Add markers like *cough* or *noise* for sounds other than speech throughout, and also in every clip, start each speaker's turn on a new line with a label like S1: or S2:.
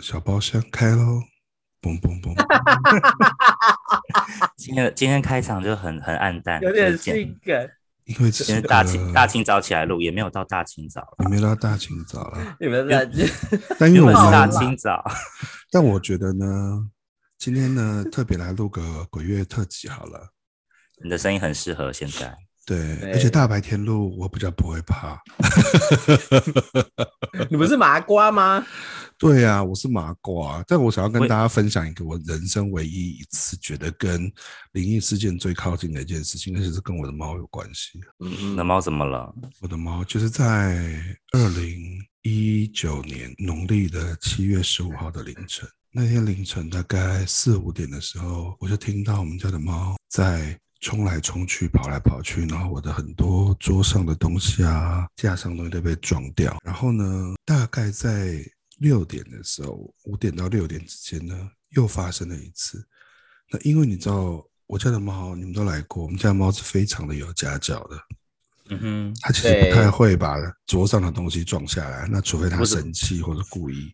S1: 小包厢开喽，嘣嘣嘣！
S2: 今天的今天开场就很很暗淡，
S3: 有点
S2: 就是简
S3: 性感。
S1: 因为
S2: 今
S1: 这
S2: 天大
S1: 个
S2: 清大清早起来录，也没有到大清早
S1: 也
S2: 了，
S1: 没到大清早
S2: *laughs*
S1: 了，
S3: 你们在这，
S1: 但因为
S2: 原
S1: 我
S2: 本是大
S1: 们，
S2: 清早， *laughs*
S1: 但我觉得呢，今天呢特别来录个鬼月特辑好了。
S2: 你的声音很适合现在。
S1: 对，
S3: 对
S1: 而且大白天录我比较不会怕。
S3: *laughs* 你不是麻瓜吗？
S1: 对啊，我是麻瓜，但我想要跟
S2: 喂
S1: 大家分享一个我人生唯一一次觉得跟灵异事件最靠近的一件事情，那就是跟我的猫有关系。
S2: 你的猫怎嗯么了？
S1: 我的猫就是在二零一九年农历的七月十五号的凌晨，那天凌晨大概四五点的时候，我就听到我们家的猫在冲来冲去、跑来跑去，然后我的很多桌上的东西啊、架上的东西都被撞掉。然后呢，大概在六点的时候，五点到六点之间呢，又发生了一次。那因为你知道。我家的猫，你们都来过。我们家的猫是非常的有家教的，
S2: 嗯
S1: 他其实不太会把桌上的东西撞下来，那除非他
S2: 不是
S1: 生气或者故意。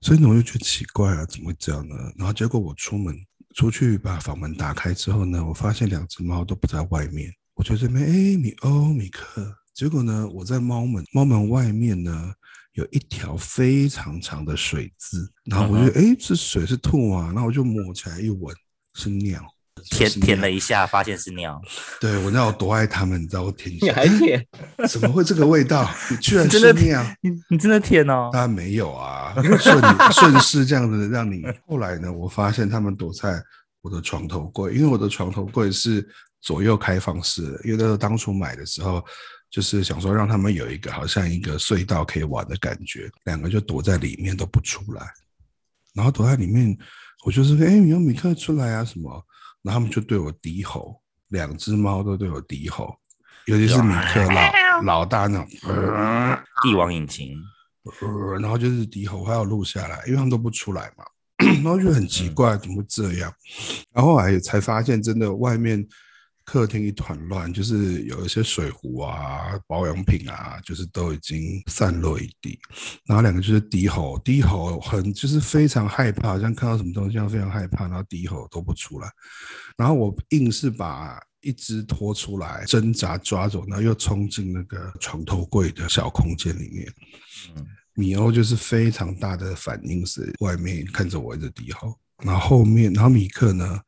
S1: 所以呢，我就觉得奇怪啊，怎么会这样呢？然后结果我出门出去把房门打开之后呢，我发现两只猫都不在外面。我就这边哎，米欧米克，结果呢，我在猫门猫门外面呢有一条非常长的水渍，然后我就哎、诶这水是吐啊，然后我就摸起来一闻是尿，
S2: 哼，舔舔了一下，发现是尿，
S1: 对我那我多爱它们，你知道我舔起
S3: 你
S1: 来
S3: 还舔？
S1: 怎么会这个味道？你居然
S2: 真
S1: 是
S2: 的
S1: 那样？
S2: *laughs* 你你真的舔哦
S1: 当然没有啊，顺 *laughs* 顺势这样子让你。后来呢，我发现他们躲在我的床头柜，因为我的床头柜是左右开放式的，因为那时候当初买的时候。就是想说让他们有一个好像一个隧道可以玩的感觉，两个就躲在里面都不出来，然后躲在里面，我就是哎、你有米克出来啊什么，然后他们就对我低吼，两只猫都对我低吼，尤其是米克老老大那种，呃
S2: 帝王引擎，
S1: 呃，然后就是低吼，还有录下来，因为他们都不出来嘛，然后就很奇怪，怎么会这样？然后后来才发现，真的外面客厅一团乱，就是有一些水壶啊、保养品啊，就是都已经散落一地。然后两个就是低吼，低吼很就是非常害怕，好像看到什么东西一样非常害怕，然后低吼都不出来。然后我硬是把一只拖出来，挣扎抓走，然后又冲进那个床头柜的小空间里面。
S2: 嗯
S1: 米欧就是非常大的反应是外面看着我一直低吼，然后后面，然后米克呢，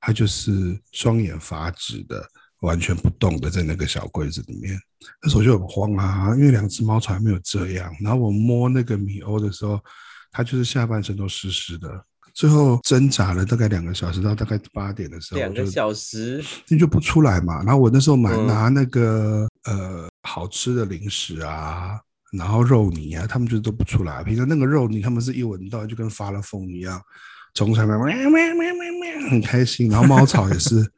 S1: 他就是双眼发直的，完全不动的在那个小柜子里面。那时候我就很慌啊，因为两只猫从来没有这样。然后我摸那个米欧的时候，它就是下半身都湿湿的。最后挣扎了大概两个小时，到大概八点的时候，
S3: 两个
S1: 我就
S3: 小时，
S1: 那就不出来嘛。然后我那时候买、
S3: 嗯
S1: 拿那个呃好吃的零食啊，然后肉泥啊，他们就都不出来。平常那个肉泥，他们是一闻到就跟发了疯一样，从上面喵喵喵喵喵，很开心。然后猫草也是，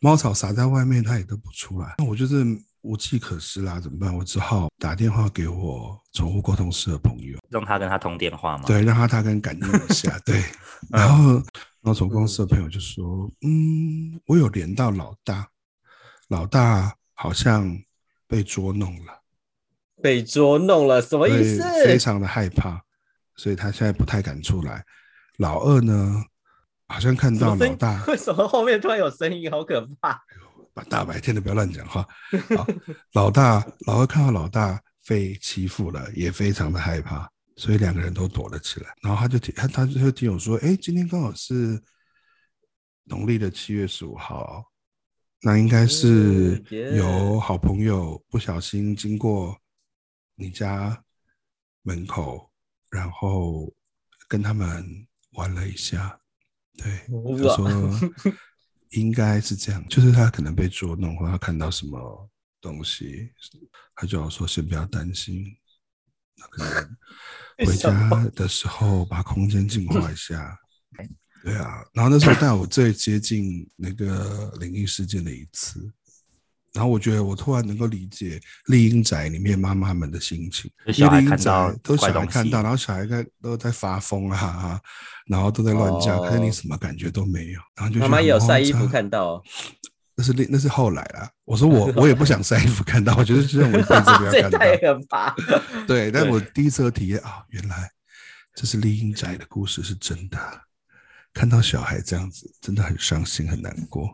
S1: 猫草撒在外面，它也都不出来。那我就是无计可施啦，怎么办？我只好打电话给我宠物沟通室的朋友。
S2: 让他跟他通电话嘛。，
S3: 啊
S1: 对，让他他跟感应一
S3: *laughs*
S1: 下，对。
S3: 嗯
S1: 然后，然后从公司的朋友就说，嗯，我有连到老大，老大好像被捉弄了，
S3: 被捉弄了，什么
S1: 所
S3: 意
S1: 以非
S3: 思？
S1: 常的害怕，所以他现在不太敢出来。老二呢，好像看
S3: 什
S1: 到
S3: 么声
S1: 老大，
S3: *laughs* 为什么后面突然有声音？好可怕！
S1: 把大白天的不要乱讲话。好老大，老二看到老大被欺负了，也非常的害怕，所以两个人都躲了起来。然后他就听他他就听我说，哎，今天刚好是农历的七月十五号哦、那应该是
S3: 嗯耶
S1: 有好朋友不小心经过你家门口，然后跟他们玩了一下，对。他
S3: 哇，
S1: 说应该是这样，就是他可能被捉弄，或他看到什么东西，他就要说先不要担心，那可能回家的时候把空间净化一下。对啊，然后那时候带我最接近那个灵异事件的一次，然后我觉得我突然能够理解《丽婴宅》里面妈妈们的心情，
S2: 就
S1: 因
S2: 小
S1: 为
S2: 孩
S1: 丽婴
S2: 看到
S1: 宅都小
S2: 怪
S1: 孩
S2: 东
S1: 看
S2: 西
S1: 到，然后小孩在都在发疯啊，然后都在乱叫，可是你
S3: 哦
S1: 什么感觉都没有，然后就
S3: 妈妈也有晒衣服，
S1: 到。
S3: 看到，哦
S1: 那是另那是后来啦。我说我我也不想晒衣服看到，我觉得是让我一辈子不要
S3: *laughs* 这也
S1: 看到。
S3: 太可怕。
S1: 对，但
S3: 对
S1: 我第一次有体验啊，原来这是丽英仔的故事是真的。啊看到小孩这样子，真的很伤心，很难过，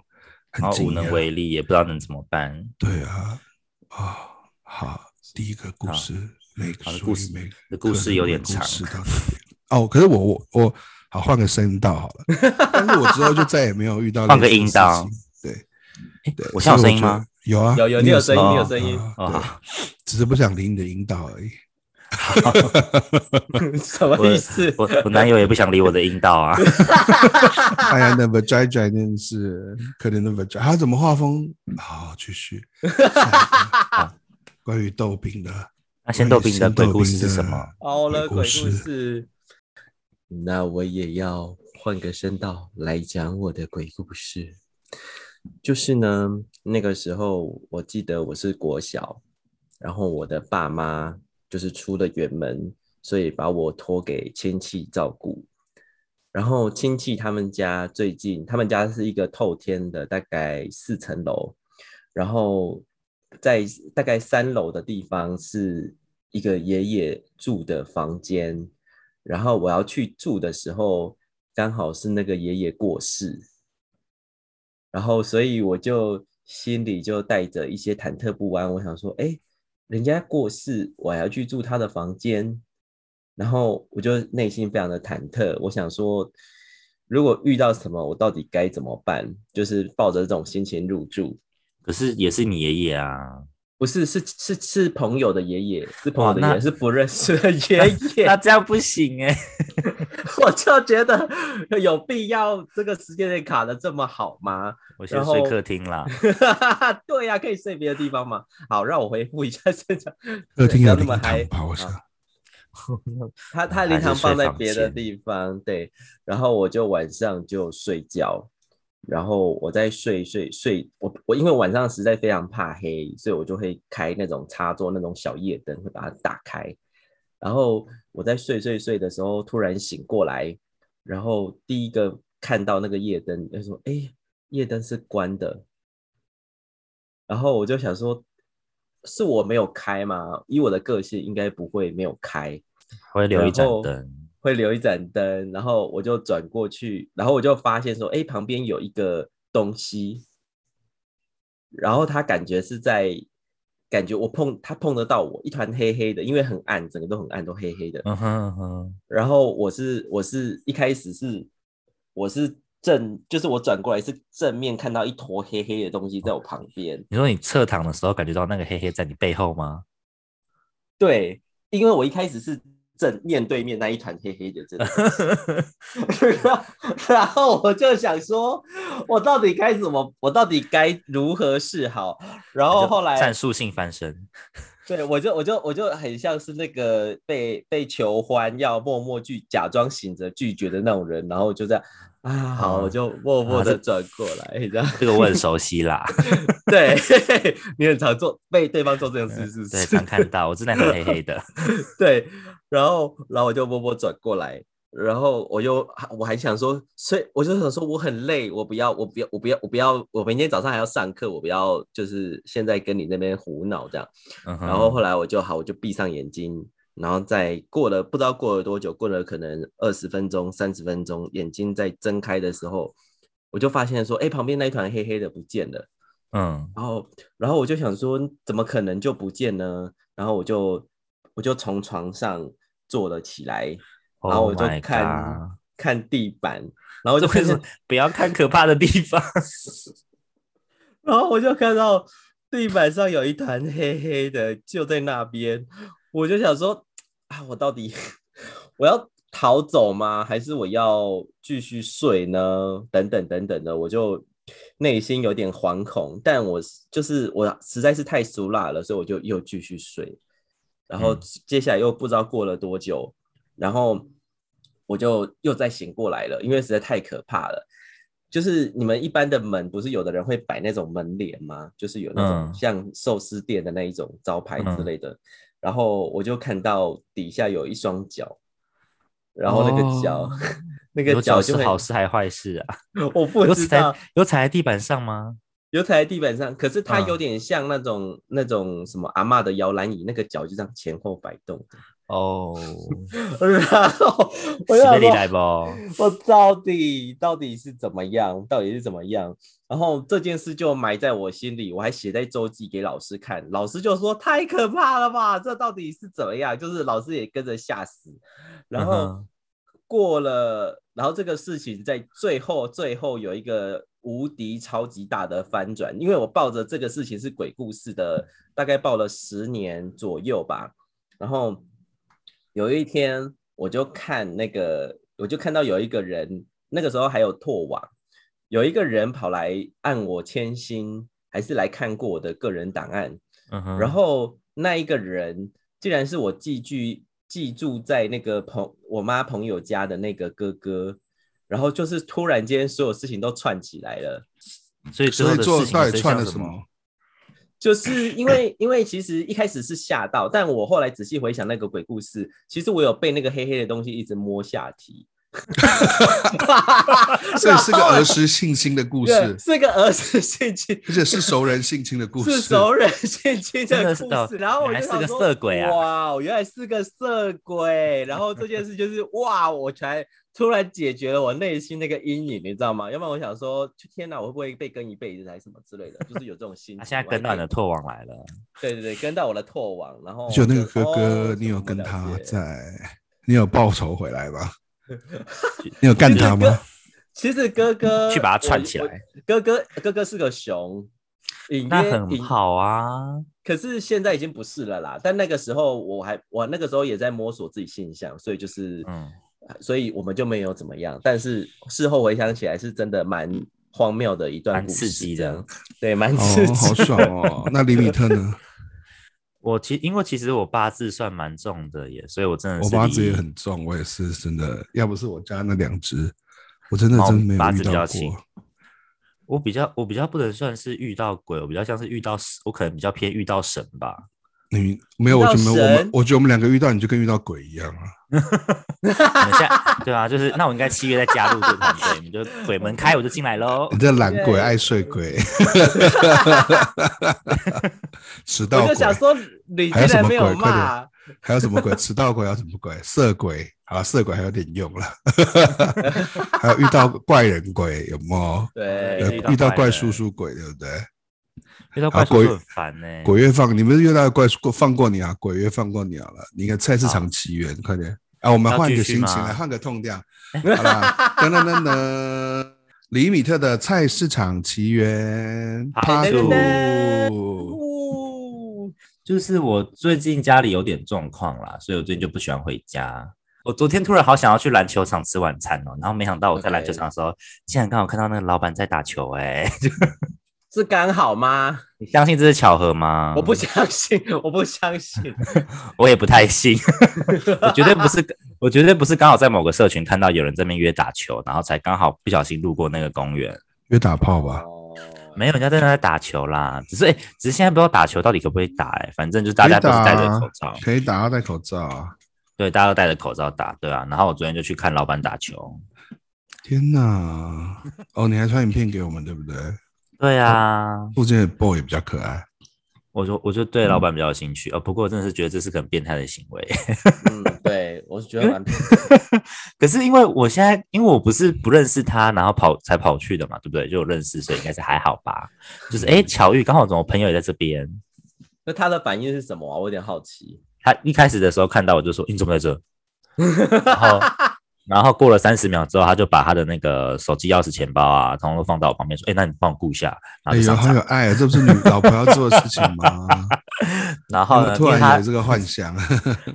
S1: 很
S2: 然后
S1: 惊
S2: 无能
S1: 讶。
S2: 为力，也不知道能怎么办。
S1: 对啊，啊，好，第一个故
S2: 好
S1: 事，每
S2: 好
S1: 个
S2: 的
S1: 属
S2: 故
S1: 于
S2: 事
S1: 每个
S2: 的故
S1: 客
S2: 事
S1: 人
S2: 有
S1: 的
S2: 点
S1: 故
S2: 长
S1: 事到这边哦，可是我我我好换个声道好了，但是我之后就再也没有遇到
S2: *laughs* 换
S1: 类
S2: 个
S1: 似的
S2: 音
S1: 事
S2: 道
S1: 情。对
S2: 诶
S1: 对，
S2: *laughs* 我现在有
S1: 所
S2: 声
S1: 以
S2: 音
S1: 觉得
S2: 吗？？
S1: 有啊，
S3: 有有你有声
S2: 音你有
S1: 啊
S3: 声音
S2: 哦
S1: 啊对，只是不想理你的引导而已。
S3: *laughs* 什么意思？
S2: 我我男友也不想理我的阴道啊，
S1: 哎呀，那 Vajay 真的是可怜的 Vajay，他啊怎么画风？好，继续。
S2: *laughs*
S1: 下一个关于豆饼的，
S2: *laughs* 那仙豆冰的鬼故事是什么？
S3: 好哦了，
S1: 鬼故
S3: 鬼故
S1: 事
S3: 事。那我也要换个声道来讲我的鬼故事。就是呢，那个时候我记得我是国小，然后我的爸妈就是出了远门，所以把我托给亲戚照顾。然后亲戚他们家最近，他们家是一个透天的，大概四层楼，然后在大概三楼的地方是一个爷爷住的房间，然后我要去住的时候，刚好是那个爷爷过世，然后所以我就心里就带着一些忐忑不安，我想说，哎，人家过世，我还要去住他的房间，然后我就内心非常的忐忑，我想说，如果遇到什么，我到底该怎么办？就是抱着这种心情入住。
S2: 可是也是你爷爷啊，
S3: 不是，是是是朋友的爷爷，是朋友的
S2: 哇
S3: 爷
S2: 哦那
S3: 爷，是不认识的爷
S2: 那
S3: 爷。
S2: 这样不行哎、
S3: 我就觉得有必要这个时间点卡的这么好吗？ *laughs*
S2: 我先
S3: 然后
S2: 睡客厅
S3: *laughs*
S2: 啦。
S3: 对呀、可以睡别的地方嘛。好，让我回复一下身上。
S1: 客厅有
S3: 不要那
S1: 灵
S3: 么嗨
S1: 堂吧？我想，
S3: 他他
S2: 还
S3: 灵
S2: 是
S3: 堂
S2: 睡
S3: 放在
S2: 房
S3: 别的
S2: 间
S3: 地方，对。然后我就晚上就睡觉，然后我在睡睡睡，我我因为晚上实在非常怕黑，所以我就会开那种插座那种小夜灯，会把它打开。然后我在睡睡睡的时候突然醒过来，然后第一个看到那个夜灯，就说：“哎，夜灯是关的。”然后我就想说，是我没有开吗？以我的个性，应该不会没有开。
S2: 会留一盏
S3: 然后
S2: 灯，
S3: 会留一盏灯，然后我就转过去，然后我就发现说，哎，旁边有一个东西，然后他感觉是在，感觉我碰他碰得到我，一团黑黑的，因为很暗，整个都很暗，都黑黑的。
S2: 嗯哼嗯哼，
S3: 然后我是我是一开始是我是正，就是我转过来是正面看到一坨黑黑的东西在我旁边，
S2: 你说你侧躺的时候感觉到那个黑黑在你背后吗？
S3: 对，因为我一开始是正面对面那一团黑黑的这里。 *laughs* 然后我就想说，我到底该怎么，我到底该如何是好？然哦后后
S2: 战
S3: 来，
S2: 术性翻身，
S3: 对我就我就我就很像是那个被被求欢要默默拒假装醒着拒绝的那种人，然后就这样啊，好，我
S2: 啊
S3: 就默默
S2: 啊
S3: 的
S2: 这
S3: 转过来，这样。
S2: 这个我很熟悉啦，
S3: 对， *laughs* 你很常做被对方做这种事， *laughs* 是不
S2: 对，
S3: 是？ *laughs*
S2: 常看到，我真的很黑黑的，
S3: 对，然后然后我就默默转过来，然后我又我还想说，所以我就想说我很累，我不要，我不要，我不要，我不要，我明天早上还要上课，我不要就是现在跟你那边胡闹这样。
S2: 嗯哼，
S3: 然后后来我就好，我就闭上眼睛，然后再过了不知道过了多久，过了可能二十分钟、三十分钟，眼睛再睁开的时候，我就发现说，哎，旁边那一团黑黑的不见了。
S2: 嗯，
S3: 然后，然后我就想说，怎么可能就不见呢？然后我就我就从床上坐了起来，然后
S2: Oh
S3: 我就
S2: my
S3: 看、
S2: God
S3: 看地板，然后我
S2: 这
S3: 就 *laughs* 看
S2: 会
S3: 见
S2: 是， *laughs* 不要看可怕的地
S3: *laughs*
S2: 方，
S3: 然后我就看到地板上有一团黑黑的，就在那边。我就想说，啊，我到底 *laughs* 我要逃走吗？还是我要继续睡呢？等等等等的，我就内心有点惶恐，但我是就是我实在是太俗辣了，所以我就又继续睡。然后
S2: 嗯
S3: 接下来又不知道过了多久，然后我就又再醒过来了，因为实在太可怕了。就是你们一般的门，不是有的人会摆那种门帘吗？就是有那种
S2: 嗯
S3: 像寿司店的那一种招牌之
S2: 嗯
S3: 类的。然后我就看到底下有一双脚，然后那个脚，
S2: 哦
S3: 那
S2: 有
S3: 个
S2: 脚
S3: 脚就是会，
S2: 好事还是坏事啊？
S3: 我不
S2: 有
S3: 知
S2: 踩
S3: 道，
S2: 有踩在地板上吗？
S3: 有踩在地板上，可是它
S2: 嗯
S3: 有点像那种、那种什么阿嬷的摇篮椅，那个脚就这样前后摆动的。 *laughs*
S2: 哦，
S3: 然后我
S2: 是被
S3: 啊就想
S2: 你
S3: 说
S2: 来吧。
S3: *laughs* 我到底到底是怎么样？到底是怎么样？然后这件事就埋在我心里，我还写在周记给老师看，老师就说太可怕了吧，这到底是怎么样？就是老师也跟着吓死。然
S2: 嗯
S3: 后
S2: 哼
S3: 过了，然后这个事情在最后最后有一个无敌超级大的翻转，因为我抱着这个事情是鬼故事的，大概抱了十年左右吧。然后有一天我就看那个，我就看到有一个人，那个时候还有拓网，有一个人跑来按我签心，还是来看过我的个人档案，
S2: 嗯哼，
S3: 然后那一个人竟然是我寄居寄住在那个朋我妈朋友家的那个哥哥，然后就是突然间所有事情都串起来了。
S2: 所以
S1: 所
S2: 最后
S1: 以
S2: 的
S1: 做
S2: 事情
S1: 到底
S2: 是
S1: 串
S2: 像
S1: 了
S2: 什
S1: 什
S2: 么？
S1: 么？
S3: 就是因为因为其实一开始是吓到，但我后来仔细回想那个鬼故事，其实我有被那个黑黑的东西一直摸下体。
S1: 所以是
S3: *laughs*
S1: 个儿时性侵的 *laughs* 故事，
S3: 对，是个儿时性侵，
S1: 而且是熟人性侵的故事。
S3: 是熟人性侵
S2: 真
S3: 的
S2: 的是
S3: 故
S2: 的
S3: 事。然后我
S2: 原来
S3: 就
S2: 是
S3: 想
S2: 个
S3: 说
S2: 色鬼啊
S3: 哇，哦原来是个色鬼。然后这件事就是哇，我才突然解决了我内心那个阴影，你知道吗？要不然我想说，天哪，我会不会被跟一辈子还是什么之类的？就是有这种心情。
S2: 他现在
S3: 我还
S2: 跟到
S3: 可以
S2: 你的拓网来了，
S3: 对对对，跟到我的拓网，然后
S1: 就那个
S3: 我
S1: 哥哥，
S3: 哦
S1: 你有跟
S3: 怎么了
S1: 他
S3: 解
S1: 在，你有报仇回来
S2: *laughs*
S1: 吧？你有干他
S3: 这个
S1: 吗？
S3: 其实哥哥
S2: 去把它串
S3: 呃我
S2: 起
S3: 我
S2: 来
S3: 哥哥哥哥是个熊，隐
S2: 那
S3: 约
S2: 很
S3: 隐
S2: 好啊。
S3: 可是现在已经不是了啦。但那个时候我还我那个时候也在摸索自己性向，所以就是
S2: 嗯，
S3: 所以我们就没有怎么样。但是事后回想起来，是真的蛮荒谬的一段
S2: 蛮
S3: 故事，
S2: 刺激
S3: 这
S2: 的
S3: 样对，蛮刺
S1: 哦，好
S3: 激。
S1: 爽
S2: *laughs*
S1: 哦！那李米特呢？
S2: 我其因为其实我八字算蛮重的耶，所以我真的是
S1: 我八
S2: 离
S1: 字也很重，我也是真的，要不是我家那两只，我真的
S2: 猫
S1: 真没有
S2: 八
S1: 遇
S2: 字比
S1: 到
S2: 较轻
S1: 过。
S2: 我比较我比较不能算是遇到鬼，我比较像是遇到神我可能比较偏遇到神吧。
S1: 你没有，
S3: 遇
S1: 我
S3: 到
S1: 觉得我们
S3: 神，
S1: 我觉得我们两个遇到你就跟遇到鬼一样啊！
S2: 可能下对啊，就是那我应该七月再加入这个团队，你就鬼门开我就进来喽
S1: 你。这懒鬼、
S3: 对
S1: 爱睡鬼、迟
S3: 我
S1: 到
S3: 就
S1: 鬼，
S3: 想说，你
S1: 还有
S3: 竟
S1: 什
S3: 然
S1: 么
S3: 没有
S1: 鬼快点
S3: 骂，
S1: 还有什么鬼？迟到鬼，还有什么鬼？色鬼，好了，色鬼还有点用了。还有遇到怪人鬼，有没有？
S2: 有
S1: 呃
S3: 对
S2: 遇，
S1: 遇到
S2: 到怪
S1: 怪
S2: 人嗯
S1: 叔叔鬼，对不对？
S2: 遇到
S1: 好
S2: 怪叔
S1: 鬼
S2: 叔很烦呢、
S1: 鬼月放，你们遇到怪叔过放过你啊，鬼月放过你好了。你个菜市场奇缘，快点啊！我们
S2: 要
S1: 换
S2: 继
S1: 个
S2: 续
S1: 心情
S2: 吗
S1: 来，换个痛调，好啦，噔噔噔噔，李米特的菜市场奇缘
S2: 好
S1: Part
S2: 噔噔
S1: Two，
S3: 呜
S2: 就是我最近家里有点状况啦，所以我最近就不喜欢回家。我昨天突然好想要去篮球场吃晚餐哦，然后没想到我在
S3: OK
S2: 篮球场的时候，竟然刚好看到那个老板在打球、欸，哎， *laughs*
S3: 是刚好吗？
S2: 你相信这是巧合吗？
S1: 啊
S3: 我不相信， *laughs* 我不相信。
S1: *laughs*
S2: 我也不太
S3: *laughs*
S2: 信，我绝对不是，我绝对不是刚好在某个社群看到有人在那边约打球，然后才刚好不小心路过那个公园。
S1: 约打炮吧。
S3: 哦，
S2: 没有，人家在那在打球啦，只是、欸、只是现在不知道打球到底可不可以打、欸，反正就是大家都是戴着
S3: 啊
S2: 口罩，
S1: 可以打，要戴口罩啊！
S2: 对，大家都戴着口罩打，对啊。然后我昨天就去看老板打球，
S1: 天哪！哦，你还传影片给我们，对不对？
S2: 对啊，
S1: 附近的 boy 也比较可爱。
S2: 我就我就对
S1: 嗯
S2: 老板比较有兴趣，呃、不过我真的是觉得这是个很变态的行为。 *laughs*
S3: 嗯，对，我是觉得蛮
S2: 可是因为我现在，因为我不是不认识他，然后跑才跑去的嘛，对不对？就有认识，所以应该是还好吧。就是
S1: 嗯
S2: 哎、欸巧遇，刚好我朋友也在这边，
S3: 那他的反应是什么啊？我有点好奇。
S2: 他一开始的时候看到我就说：“欸你怎么在
S1: *laughs*
S2: 这？”然后，然后过了三十秒之后，他就把他的那个手机、钥匙、钱包啊，通通都放到我旁边说：“哎、那你帮我顾一下。”然
S1: 哎
S2: 后就
S1: 呦，
S2: 上
S1: 好
S2: 场。
S1: 有爱啊！这不是女老婆要做的事情
S2: *laughs*
S1: 吗？
S2: 然后
S1: 怎么
S2: 呢，
S1: 突
S2: 因为他
S1: 然有这个幻想？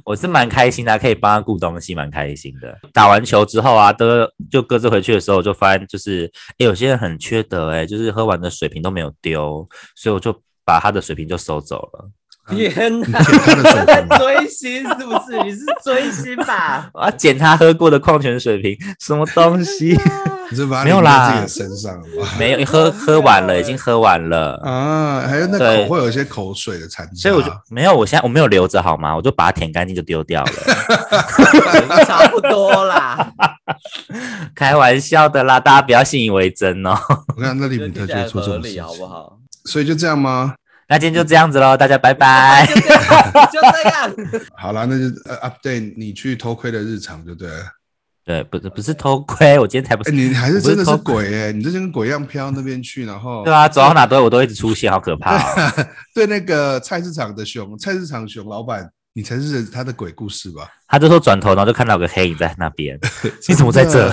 S2: 我是蛮开心的，啊可以帮他顾东西，蛮开心的。打完球之后啊，都就各自回去的时候，我就发现就是，哎、有些人很缺德、诶哎，就是喝完的水瓶都没有丢，所以我就把他的水瓶就收走了。
S3: *laughs* 天
S1: 你
S3: *laughs* 哪！
S1: 捡他的啊水
S3: 在
S1: 瓶
S2: *laughs*
S1: 吗？
S3: 追星是不是？你是追星吧？
S2: 我要啊捡他喝过的矿泉水瓶，什么东西？ *laughs*
S1: 你是把它
S2: 没有
S1: 淋
S2: 啦
S1: 到自己的身上了吧？
S2: 没有，喝喝完了，已经喝完了。
S1: 啊，还有那
S2: 对
S1: 口会有一些口水的残渣，
S2: 所以我就没有，我现在我没有留着好吗？我就把它舔干净就丢掉了，
S3: *laughs*
S2: *laughs*
S3: 差不多
S1: *laughs*
S3: 啦，
S2: 开玩笑的啦，大家不要信以为真哦。
S1: 我看那里
S3: 就
S1: 米特
S3: 听起
S1: 就
S3: 来
S1: 会做这
S3: 合
S1: 种事
S3: 理，
S1: 情
S3: 好不好？
S1: 所以就这样吗？
S2: 那今天就这样子喽，大家拜
S1: *laughs*
S2: 拜。
S3: 就这样， *laughs* 就这样。
S1: 好啦，那就呃 update 你去偷窥的日常，对不对了？
S2: 对，不是不是偷窥，我今天才不
S1: 哎、
S2: 是。
S1: 你还是
S2: 我不
S1: 真的是
S2: 偷窥。
S1: 鬼哎、你这跟鬼一样飘到那边去，然后
S2: *laughs* 对啊，走到哪都我都一直出现，好可怕、哦。
S1: 对那个菜市场的熊，菜市场熊老板，你才是他的鬼故事吧？
S2: 他就说转头，然后就看到有个黑影在那边。 *laughs* 你怎么在这？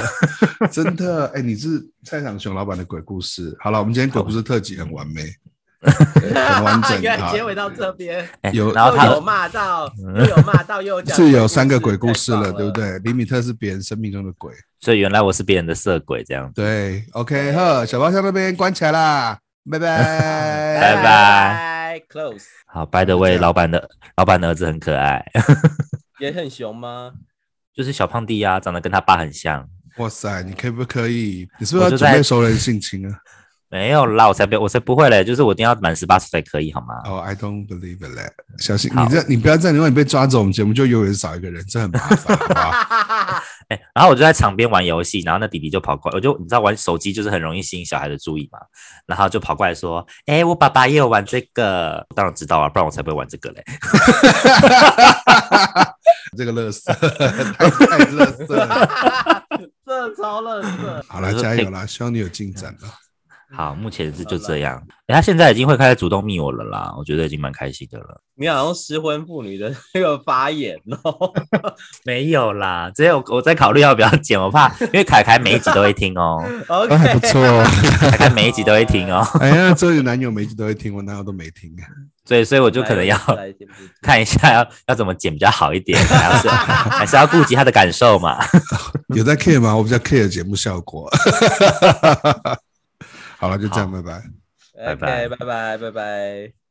S1: 真的？真 *laughs* 的，哎、你是菜市场熊老板的鬼故事。好了，我们今天鬼故事特辑很完美， *laughs*
S3: *laughs*
S1: 很完整。
S3: 原来
S1: 好
S3: 结尾到这
S1: *laughs*
S3: 边，
S2: 哎
S1: 有
S2: 然后
S3: 又
S2: 他
S3: 有骂到，又有骂到，又有讲
S1: 嗯是有三个鬼故事
S3: 太
S1: 了，
S3: 棒
S1: 对不？对？李米特是别人生命中的鬼。
S2: 所以原来我是别人的色鬼这样子。
S1: 对，OK，呵，小包厢那边关起来啦，拜拜，
S2: 拜
S3: 拜，close，
S2: 好，by the
S1: 这
S2: way，
S1: 样
S2: 老板的老板的儿子很可爱， *laughs*
S3: 也很熊吗？ *laughs*
S2: 就是小胖弟啊，长得跟他爸很像。
S1: 哇塞，你可以不可以？你是不是
S2: 我
S1: 要
S2: 就
S1: 准备
S2: 在
S1: 熟人性侵啊？
S2: 没有啦，我才不，我才不会嘞，就是我一定要满十八岁才可以，好吗？
S1: 哦、i don't believe it 嘞，小心
S2: 好
S1: 你这你不要这样，如果你被抓走，我们节目就永远少一个人，这很麻烦， *laughs* 好不好？
S2: 哎、然后我就在场边玩游戏，然后那弟弟就跑过来，我就你知道玩手机就是很容易吸引小孩的注意嘛，然后就跑过来说：“哎、我爸爸也有玩这个。”当然知道啊，不然我才不会玩这个嘞。
S1: 这个乐 *laughs* 色，太太乐色 *laughs* 了。
S3: *laughs* 这超乐色，
S1: 好啦，加油啦，希望你有进展 *laughs* 啦。
S2: 嗯好，目前是就这样。哎、他现在已经会开始主动密我了啦，我觉得已经蛮开心的了。
S3: 你好像失婚妇女的那个发言 *laughs* 哦。
S2: 没有啦，只有我在考虑要不要剪，我怕因为凯凯每一集都会听 *laughs* 哦，
S3: *laughs*
S1: 那还
S3: OK，
S1: 不错哦。
S2: 凯凯每一集都会听 *laughs* 哦，
S1: *laughs* 哎呀，这里男友每集都会听，我男友都没听。
S2: 所以所以我就可能要
S3: 来听不听
S2: 看一下要要怎么剪比较好一点，还要是还是要顾及他的感受嘛。
S1: 有在 care 吗？我比较 care 节目效果。 *laughs* 好了，就这样，拜拜。
S2: 拜拜
S3: ，OK，拜拜，拜拜。